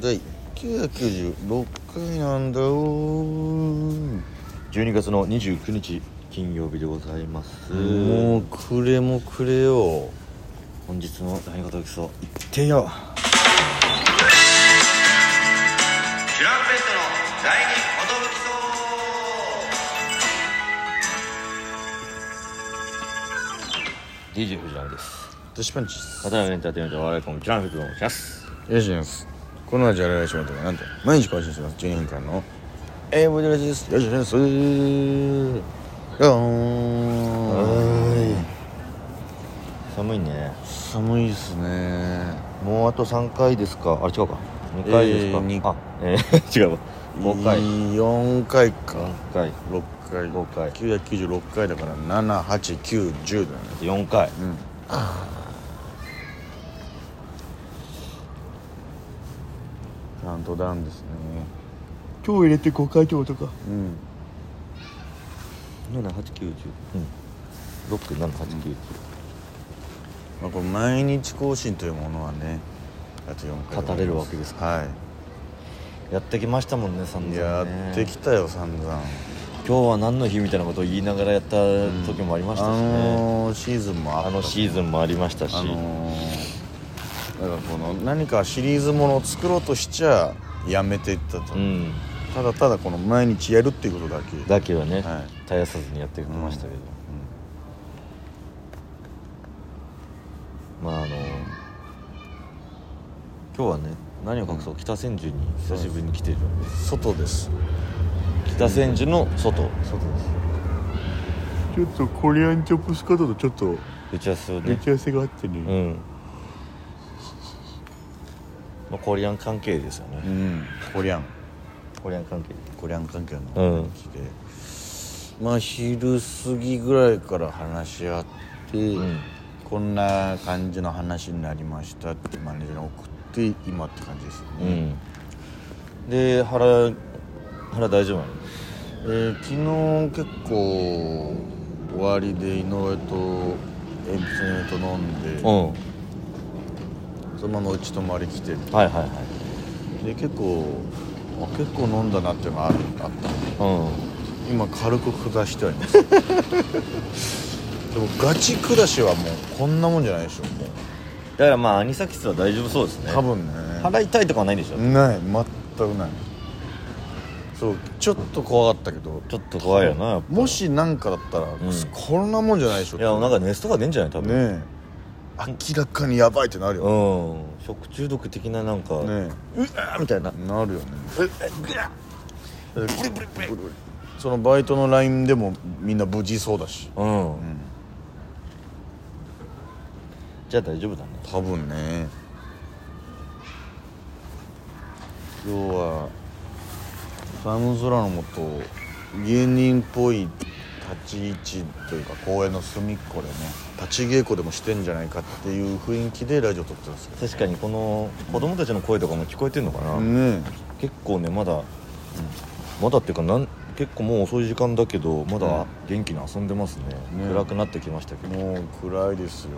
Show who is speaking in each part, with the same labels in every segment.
Speaker 1: 第996回なんだよ
Speaker 2: 12月の29日金曜日でございます
Speaker 1: もうくれもくれよ
Speaker 2: 本日の何事きそう行っ
Speaker 3: キ
Speaker 2: てよ
Speaker 3: ュランペットの第二ほど
Speaker 2: DJ 藤波です
Speaker 1: ドシパンチです
Speaker 2: 渡辺エンターテインメント笑いコンビキランフィットのお願いします
Speaker 1: よろしくお願いしますこのラジオラジオなんと毎日更新してます12分間のえーボイドラジオですよろしくお願いしますどーん
Speaker 2: 寒いね
Speaker 1: 寒いですね
Speaker 2: もうあと3回ですかあれ違うか2回ですか、
Speaker 1: えーに
Speaker 2: あえー 違うわ5回
Speaker 1: 4回か
Speaker 2: 5回
Speaker 1: 6回
Speaker 2: 5回
Speaker 1: 996回だから78910だね
Speaker 2: 4回
Speaker 1: カウントダウンですね
Speaker 2: 今日入れて5回ってことか
Speaker 1: うん
Speaker 2: 7 8 9 1うん6 7 8 9 1
Speaker 1: まあ、これ毎日更新というものはねあと4回
Speaker 2: 語れるわけです
Speaker 1: かは
Speaker 2: やってきましたもんね散
Speaker 1: い
Speaker 2: 々ね
Speaker 1: やってきたよ散々
Speaker 2: 今日は何の日みたいなことを言いながらやった時もありましたし
Speaker 1: あ
Speaker 2: ね、
Speaker 1: のシーズンもあっ
Speaker 2: あ
Speaker 1: た
Speaker 2: のシーズンもありましたし、
Speaker 1: あのーだからこの何かシリーズものを作ろうとしちゃやめていったと、
Speaker 2: うん
Speaker 1: ただただこの毎日やるっていうことだけ
Speaker 2: だけはね、
Speaker 1: はい
Speaker 2: 絶やさずにやってきましたけど、まああの今日はね何を隠そう北千住に久しぶりに来ているんで
Speaker 1: 外です
Speaker 2: 北千住の
Speaker 1: 外
Speaker 2: 外
Speaker 1: です
Speaker 4: ちょっとコリアンチョップスカートとちょっと
Speaker 2: 打ち合わせを
Speaker 4: 打
Speaker 2: ね
Speaker 4: ち合わせがあってね、
Speaker 2: うん、まあ、コリアン関係ですよね、
Speaker 1: うんコリャン
Speaker 2: コリアン関係
Speaker 1: コリャン関係の
Speaker 2: うん
Speaker 1: 話で、まあ昼過ぎぐらいから話し合って、
Speaker 2: ん
Speaker 1: こんな感じの話になりましたってマネージャーに送って今って感じですよ
Speaker 2: う
Speaker 1: ね、
Speaker 2: んで腹腹大丈夫なの
Speaker 1: えー昨日結構終わりで井上と鉛筆の上と飲んで
Speaker 2: うん
Speaker 1: そのままうち泊まり来て
Speaker 2: はいはいはい
Speaker 1: で結構あ結構飲んだなっていうのがあるあった
Speaker 2: う
Speaker 1: 今軽く下してはいます でもガチ下しはもうこんなもんじゃないでしょもうん
Speaker 2: だからまあアニサキスは大丈夫そうですね
Speaker 1: 多分ね
Speaker 2: 腹痛いとかはないんでしょ、
Speaker 1: ない全くないそうちょっと怖かったけど
Speaker 2: ちょっと怖いよなやっぱ
Speaker 1: もし何かだったら、こんなもんじゃないでしょ
Speaker 2: いやなんか熱とか出んじゃない多分、
Speaker 1: ねえ明らかにやばいってなる
Speaker 2: う
Speaker 1: よね
Speaker 2: ん食中毒的ななんか、
Speaker 1: ね
Speaker 2: うわーみたいな
Speaker 1: えなるよねブリブリブリそのバイトの LINE でもみんな無事そうだし
Speaker 2: うん、じゃあ大丈夫だね
Speaker 1: 多分ね今日は寒空のもと芸人っぽい立ち位置というか公園の隅っこでね立ち稽古でもしてんじゃないかっていう雰囲気でラジオ撮ってたんですよ
Speaker 2: 確かにこの子供たちの声とかも聞こえてんのかな、
Speaker 1: ね
Speaker 2: 結構ねまだ、まだっていうかなん結構もう遅い時間だけどまだ元気に遊んでますね、
Speaker 1: ね
Speaker 2: 暗くなってきましたけど
Speaker 1: もう暗いですよ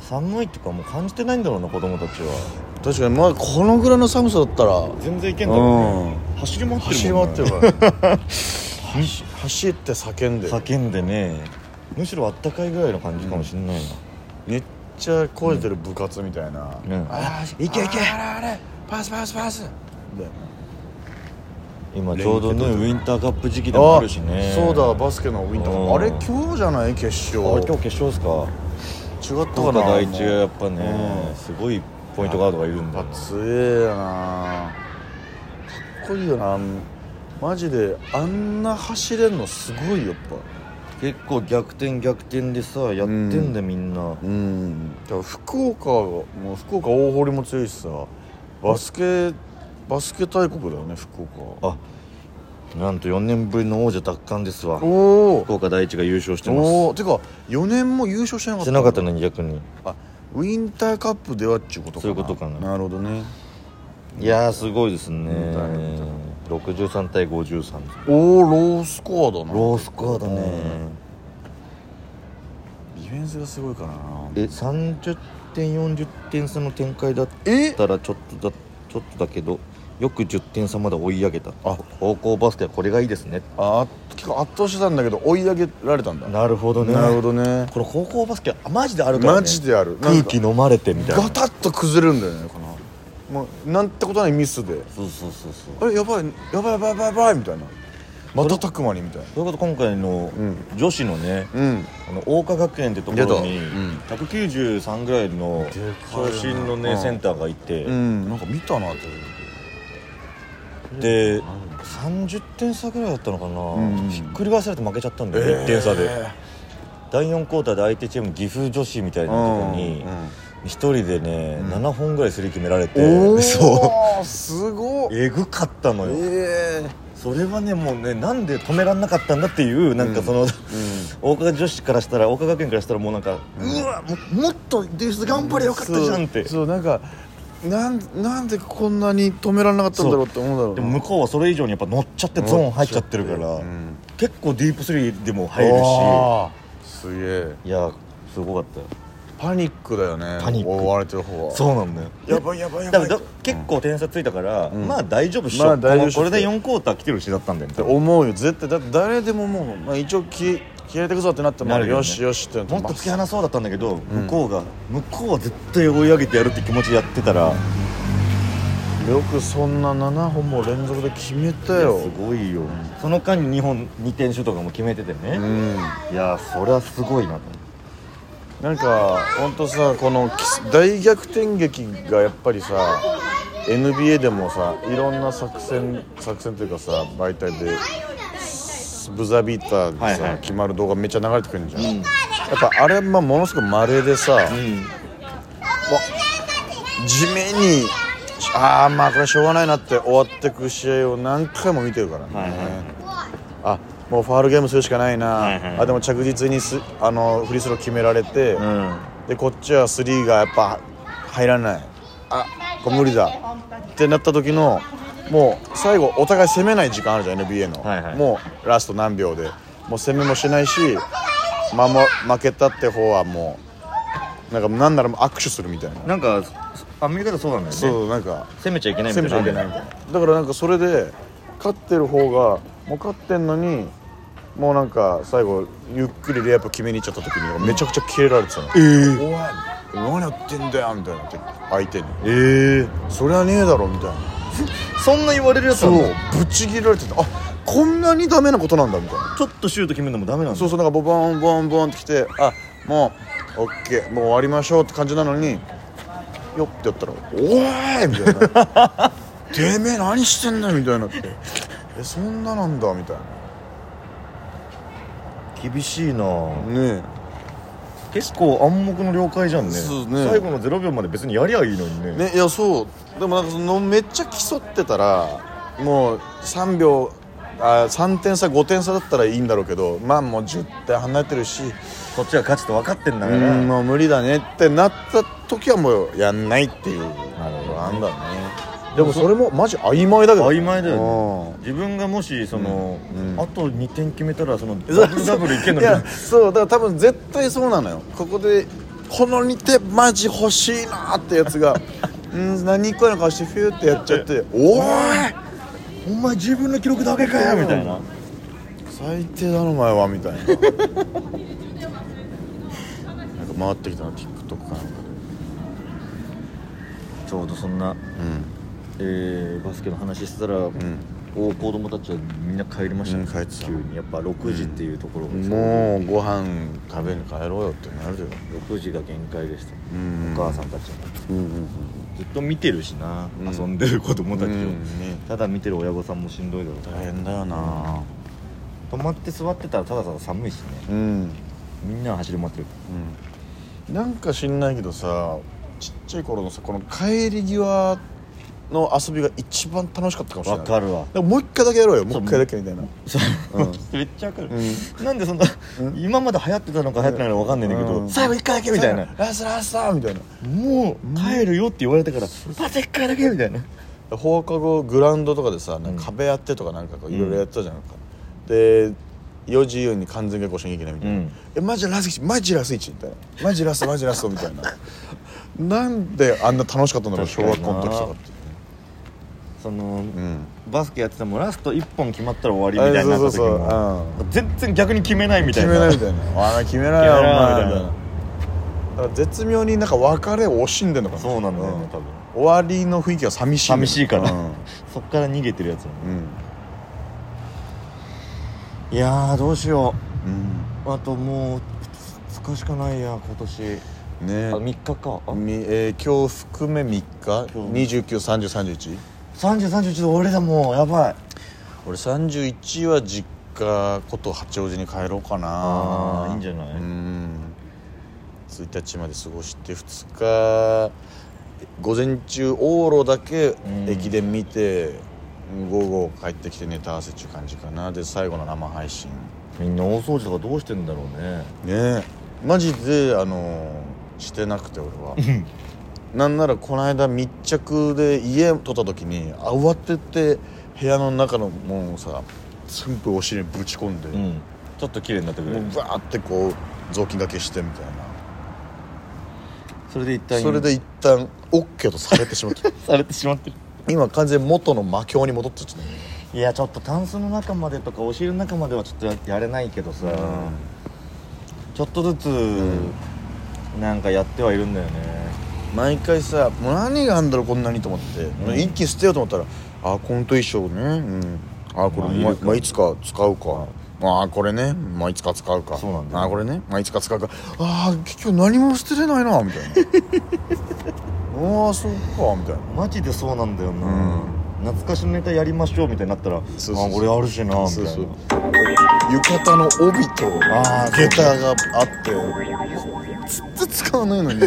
Speaker 2: 寒いとかもう感じてないんだろうな子供たちは
Speaker 1: 確かにまあこのぐらいの寒さだったら
Speaker 2: 全然いけんだろうね
Speaker 1: 走
Speaker 2: 走り回って
Speaker 1: り
Speaker 2: るも
Speaker 1: 回
Speaker 2: ん、ね、
Speaker 1: ってるからね走 走って叫んでる
Speaker 2: 叫んでねむしろあったかいぐらいの感じかもしんないな、
Speaker 1: めっちゃ声出てる部活みたいな、
Speaker 2: うん
Speaker 1: あー
Speaker 2: いけいけ
Speaker 1: あれあれあれパスパスパスだよね
Speaker 2: 今ちょうどね
Speaker 1: 連携取
Speaker 2: ウインターカップ時期でもあるしね
Speaker 1: そうだバスケのウィンタ
Speaker 2: うん
Speaker 1: ーあれ今日じゃない決
Speaker 2: あ
Speaker 1: 勝
Speaker 2: れ今日決勝ですか
Speaker 1: 違った
Speaker 2: だ
Speaker 1: か
Speaker 2: か
Speaker 1: な
Speaker 2: ら第一がやっぱね、
Speaker 1: うん
Speaker 2: すごいポイントガードがいるんだ
Speaker 1: やっ
Speaker 2: よ
Speaker 1: ぱ強えよなかっこいいよなマジであんな走れんのすごいよやっぱ
Speaker 2: 結構逆転逆転でさやってんだよみんな、
Speaker 1: うんだから福岡がもう福岡大堀も強いしさバスケバスケ大国だよね福岡
Speaker 2: あなんと4年ぶりの王者奪還ですわ
Speaker 1: おー
Speaker 2: 福岡第一が優勝してます
Speaker 1: おおてか4年も優勝してなかっ
Speaker 2: したてなかったのに逆に
Speaker 1: あウィンターカップではっちゅうことかな
Speaker 2: そういうことかな
Speaker 1: なるほどね
Speaker 2: いやーすごいですね
Speaker 1: うんだいぶ見た
Speaker 2: 63対53
Speaker 1: おおロースコアだな
Speaker 2: ロースコアだね
Speaker 1: ディフェンスがすごいからな
Speaker 2: え30点40点差の展開だっ
Speaker 1: え
Speaker 2: たらちょっとだちょっとだけどよく10点差まで追い上げたあ高校バスケはこれがいいですね
Speaker 1: あ結構圧倒してたんだけど追い上げられたんだ
Speaker 2: なるほどね
Speaker 1: なるほどね
Speaker 2: この高校バスケはマジであるから、ね、
Speaker 1: マジであるなん
Speaker 2: 空
Speaker 1: か
Speaker 2: 気飲まれてみたいな
Speaker 1: ガタッと崩れるんだよねこのもうなんてことないミスで
Speaker 2: そうそうそうそう
Speaker 1: あれやばいやばいやばいやばいやばいみたいな瞬く間にみたいな
Speaker 2: ということ今回の
Speaker 1: ん
Speaker 2: 女子のね、
Speaker 1: うん
Speaker 2: あの桜花学園ってところに
Speaker 1: 出たうん
Speaker 2: 193ぐらいの長身のね、
Speaker 1: うん
Speaker 2: センターがいて、
Speaker 1: うんなんか見たなって
Speaker 2: で30点差ぐらいだったのかな、
Speaker 1: ん
Speaker 2: ひっくり返されて負けちゃったんだよ、ね1点差で第4クォーターで相手チーム岐阜女子みたいなところに
Speaker 1: うんうん
Speaker 2: 一人でね、7本ぐらいスリー決められて
Speaker 1: おお
Speaker 2: そ
Speaker 1: すご
Speaker 2: う
Speaker 1: い
Speaker 2: えぐかったのよ、
Speaker 1: え
Speaker 2: それはねもうねなんで止められなかったんだっていうなんかその、 大川女子からしたら大川学園からしたらもうなんか、うわももっとディフェンス頑張れよかったじゃんって
Speaker 1: そうそうなんかなんなんでこんなに止められなかったんだろうって思うだ
Speaker 2: で
Speaker 1: ろ
Speaker 2: も
Speaker 1: うな
Speaker 2: 向こうはそれ以上にやっぱ乗っちゃってゾーン入っちゃってるから、
Speaker 1: ん
Speaker 2: 結構ディープスリーでも入るし
Speaker 1: あーすげえ
Speaker 2: いやすごかったよ
Speaker 1: パニックだよね
Speaker 2: パニック
Speaker 1: 追われてる方は
Speaker 2: そうなんだよ
Speaker 1: やばいやばいやば
Speaker 2: だ
Speaker 1: い
Speaker 2: からど結構点差ついたから、
Speaker 1: ん
Speaker 2: まあ大丈夫っしょ、
Speaker 1: まあ大丈夫っしょ
Speaker 2: これで4クォーター来てるしだったんだよ
Speaker 1: って
Speaker 2: ね
Speaker 1: 思うよ絶対だって誰でももう、まあ、一応き気合いでいくぞってなっても
Speaker 2: なるよね
Speaker 1: よしよしってなって
Speaker 2: もっと突き放そうだったんだけど、
Speaker 1: ん
Speaker 2: 向こうが向こうは絶対追い上げてやるって気持ちでやってたら、
Speaker 1: よくそんな7本も連続で決めた
Speaker 2: いや
Speaker 1: よ
Speaker 2: すごいよ、その間に2本2点シュートがもう決めててね、
Speaker 1: うん
Speaker 2: いやそれはすごいなと
Speaker 1: なんか本当さこのき大逆転劇がやっぱりさ NBA でもさいろんな作戦作戦というかさ媒体でスブザビーターでさ、
Speaker 2: はいはい
Speaker 1: 決まる動画めっちゃ流れてくるんじゃん、やっぱあれまあものすごく稀でさ、地面にああまあこれしょうがないなって終わってく試合を何回も見てるからね、
Speaker 2: はいはい
Speaker 1: あもうファールゲームするしかないな、
Speaker 2: はいはい
Speaker 1: あでも着実にすあのフリースロー決められて、
Speaker 2: うん
Speaker 1: でこっちはスリーがやっぱ入らないあこれ無理だってなった時のもう最後お互い攻めない時間あるじゃん NBA の、
Speaker 2: はいはい
Speaker 1: もうラスト何秒でもう攻めもしないし、まあ、もう負けたって方はもうなんかなんならもう握手するみたいな、
Speaker 2: なんかアメリカでそうなんだよね
Speaker 1: そうなんか
Speaker 2: 攻めちゃいけないみた
Speaker 1: 攻
Speaker 2: い
Speaker 1: めち
Speaker 2: な
Speaker 1: ゃいけないみたいなだからなんかそれで勝ってる方がもう勝ってんのにもうなんか最後ゆっくりレイアップ決めに行っちゃった時にめちゃくちゃキレられてたの「えお前何やってんだよ」みたいなって相手に
Speaker 2: ええ
Speaker 1: 「そりゃねえだろ」みたいな
Speaker 2: そんな言われるやつ
Speaker 1: そう
Speaker 2: な
Speaker 1: ん
Speaker 2: だ
Speaker 1: ぶち切れられててあこんなにダメなことなんだみたいな
Speaker 2: ちょっとシュート決めるのもダメなんだ
Speaker 1: そうそうなんかボボンボンボンってきて「あもうオッケーもう終わりましょう」って感じなのによってやったら「おーい!」みたいな「てめえ何してんだよ」みたいになって「えそんななんだ」みたい
Speaker 2: 厳しいな
Speaker 1: なね
Speaker 2: 結構暗黙の了解じゃんね
Speaker 1: そうね
Speaker 2: 最後の0秒まで別にやりゃいいのにね
Speaker 1: えねいやそうでもなんかそのめっちゃ競ってたらもう3秒あ3点差5点差だったらいいんだろうけどまあもう10点離れてるし
Speaker 2: こっちは勝つと分かってんだから、
Speaker 1: うんもう無理だねってなった時はもうやんないっていう
Speaker 2: なるほどね
Speaker 1: なんだねでもそれもマジ曖昧だけど
Speaker 2: 曖昧だよ
Speaker 1: う
Speaker 2: ね自分がもしその、
Speaker 1: うん
Speaker 2: あと2点決めたらその
Speaker 1: ん
Speaker 2: ダブルダブルいけんの
Speaker 1: い
Speaker 2: に
Speaker 1: やそうだから多分絶対そうなのよここでこの2点マジ欲しいなってやつ がうん何食わな顔してフューってやっちゃっておーい
Speaker 2: お前自分の記録だけかよみたいな
Speaker 1: 最低だなお前はみた いななんか回ってきたな TikTok かなんかで
Speaker 2: ちょうどそんな、えーバスケの話してたら、お子供たちはみんな帰りましたね、
Speaker 1: うん帰ってた
Speaker 2: 急にやっぱ6時っていうところが、
Speaker 1: もうご飯食べに帰ろうよってなるよ
Speaker 2: 6時が限界でした、
Speaker 1: ん
Speaker 2: お母さんたちは
Speaker 1: うんうん
Speaker 2: ずっと見てるしな、
Speaker 1: うん
Speaker 2: 遊んでる子供たちを、
Speaker 1: うんね
Speaker 2: ただ見てる親御さんもしんどいだろうから
Speaker 1: 大変だよな
Speaker 2: 止まって座ってたらただただ寒いしね
Speaker 1: うん、
Speaker 2: みんな走り回ってる
Speaker 1: なんか知んないけどさちっちゃい頃のさこの帰り際の遊びが一番楽しかったかもしれ
Speaker 2: わ
Speaker 1: ない
Speaker 2: かるわ
Speaker 1: だらもう一回だけやろうよも
Speaker 2: そう
Speaker 1: う一回だけみたいなうん
Speaker 2: めっちゃわかる、
Speaker 1: う
Speaker 2: なんでそんな、今まで流行ってたのか流行ってないのかわかんないんだけど、
Speaker 1: うん
Speaker 2: 最後一回だけみたいな
Speaker 1: ラスラスだみたいな
Speaker 2: もう帰るよって言われたから、また一回だけみたいな
Speaker 1: 放課後グラウンドとかでさなんか壁やってとかなんかこういろいろやってたじゃんか、で4時以降に完全下校しなきゃいけないみたいな、
Speaker 2: うん
Speaker 1: えマジラス1マジラス1みたいなマジラスマジラストみたいななんであんな楽しかったんだろう小
Speaker 2: 確かにな
Speaker 1: 学校の時とかって
Speaker 2: その
Speaker 1: うん
Speaker 2: バスケやっててもラスト1本決まったら終わりみたいになった時
Speaker 1: あそうそうそ
Speaker 2: も
Speaker 1: う
Speaker 2: 全然逆に決めないみた
Speaker 1: 決
Speaker 2: いな
Speaker 1: めないみたいなあ決めないよお前
Speaker 2: 決めない
Speaker 1: み
Speaker 2: み
Speaker 1: た
Speaker 2: た
Speaker 1: い
Speaker 2: い
Speaker 1: な
Speaker 2: な
Speaker 1: だから絶妙になんか別れを惜しんでんのかな
Speaker 2: そうなんだよね
Speaker 1: ん
Speaker 2: 多分
Speaker 1: 終わりの雰囲気が寂しいんだよ
Speaker 2: 寂しいから、
Speaker 1: うん
Speaker 2: そっから逃げてるやつも
Speaker 1: うん
Speaker 2: いやーどうしよ
Speaker 1: うん
Speaker 2: うあともう2日しかないや今年あ
Speaker 1: ね
Speaker 2: 3日かあ
Speaker 1: みえー今日含め3
Speaker 2: 今
Speaker 1: 日293031
Speaker 2: 3031で俺だもうやばい
Speaker 1: 俺31は実家こと八王子に帰ろうかな
Speaker 2: あーいいんじゃない
Speaker 1: うん1日まで過ごして2日午前中往路だけ
Speaker 2: ん
Speaker 1: 駅伝見て、午後帰ってきてネタ合わせっていう感じかなで最後の生配信
Speaker 2: みんな大掃除とかどうしてんだろうね
Speaker 1: ねえマジであのしてなくて俺はなんならこの間密着で家取った時に慌てて部屋の中のものをさ全部お尻にぶち込んで、
Speaker 2: うんちょっと綺麗になってくれ
Speaker 1: も
Speaker 2: る
Speaker 1: うバーってこう雑巾がけしてみたい
Speaker 2: それで一
Speaker 1: な
Speaker 2: 旦
Speaker 1: それで一旦 OK とされてしまった
Speaker 2: されてしまってる
Speaker 1: 今完全に元の魔境に戻ってちゃったね
Speaker 2: いやちょっとタンスの中までとかお尻の中まではちょっとややれないけどさ、ちょっとずつ、なんかやってはいるんだよね
Speaker 1: 毎回さもう何があんだろうこんなにと思って、
Speaker 2: ん
Speaker 1: 一気に捨てようと思ったらあーこの衣装ね、うん、あーこれ、ま
Speaker 2: まあ
Speaker 1: あ
Speaker 2: いるか
Speaker 1: まあいつか使うかあーこれね、まあ、いつか使うか
Speaker 2: そうなんだよ
Speaker 1: あーこれね、まあ、いつか使うかあー結局何も捨てれないなみたい なああそっかみたいな
Speaker 2: マジでそうなんだよな、
Speaker 1: う
Speaker 2: 懐かしのネタやりましょうみたいになったら
Speaker 1: そうそうそう
Speaker 2: あ俺あるしなみたいな
Speaker 1: そうそう浴衣の帯と
Speaker 2: あー
Speaker 1: 下駄があってずっと使わないのに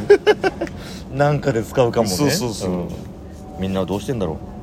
Speaker 2: なんかで使うかもね
Speaker 1: そうそうそう
Speaker 2: みんなどうしてんだろう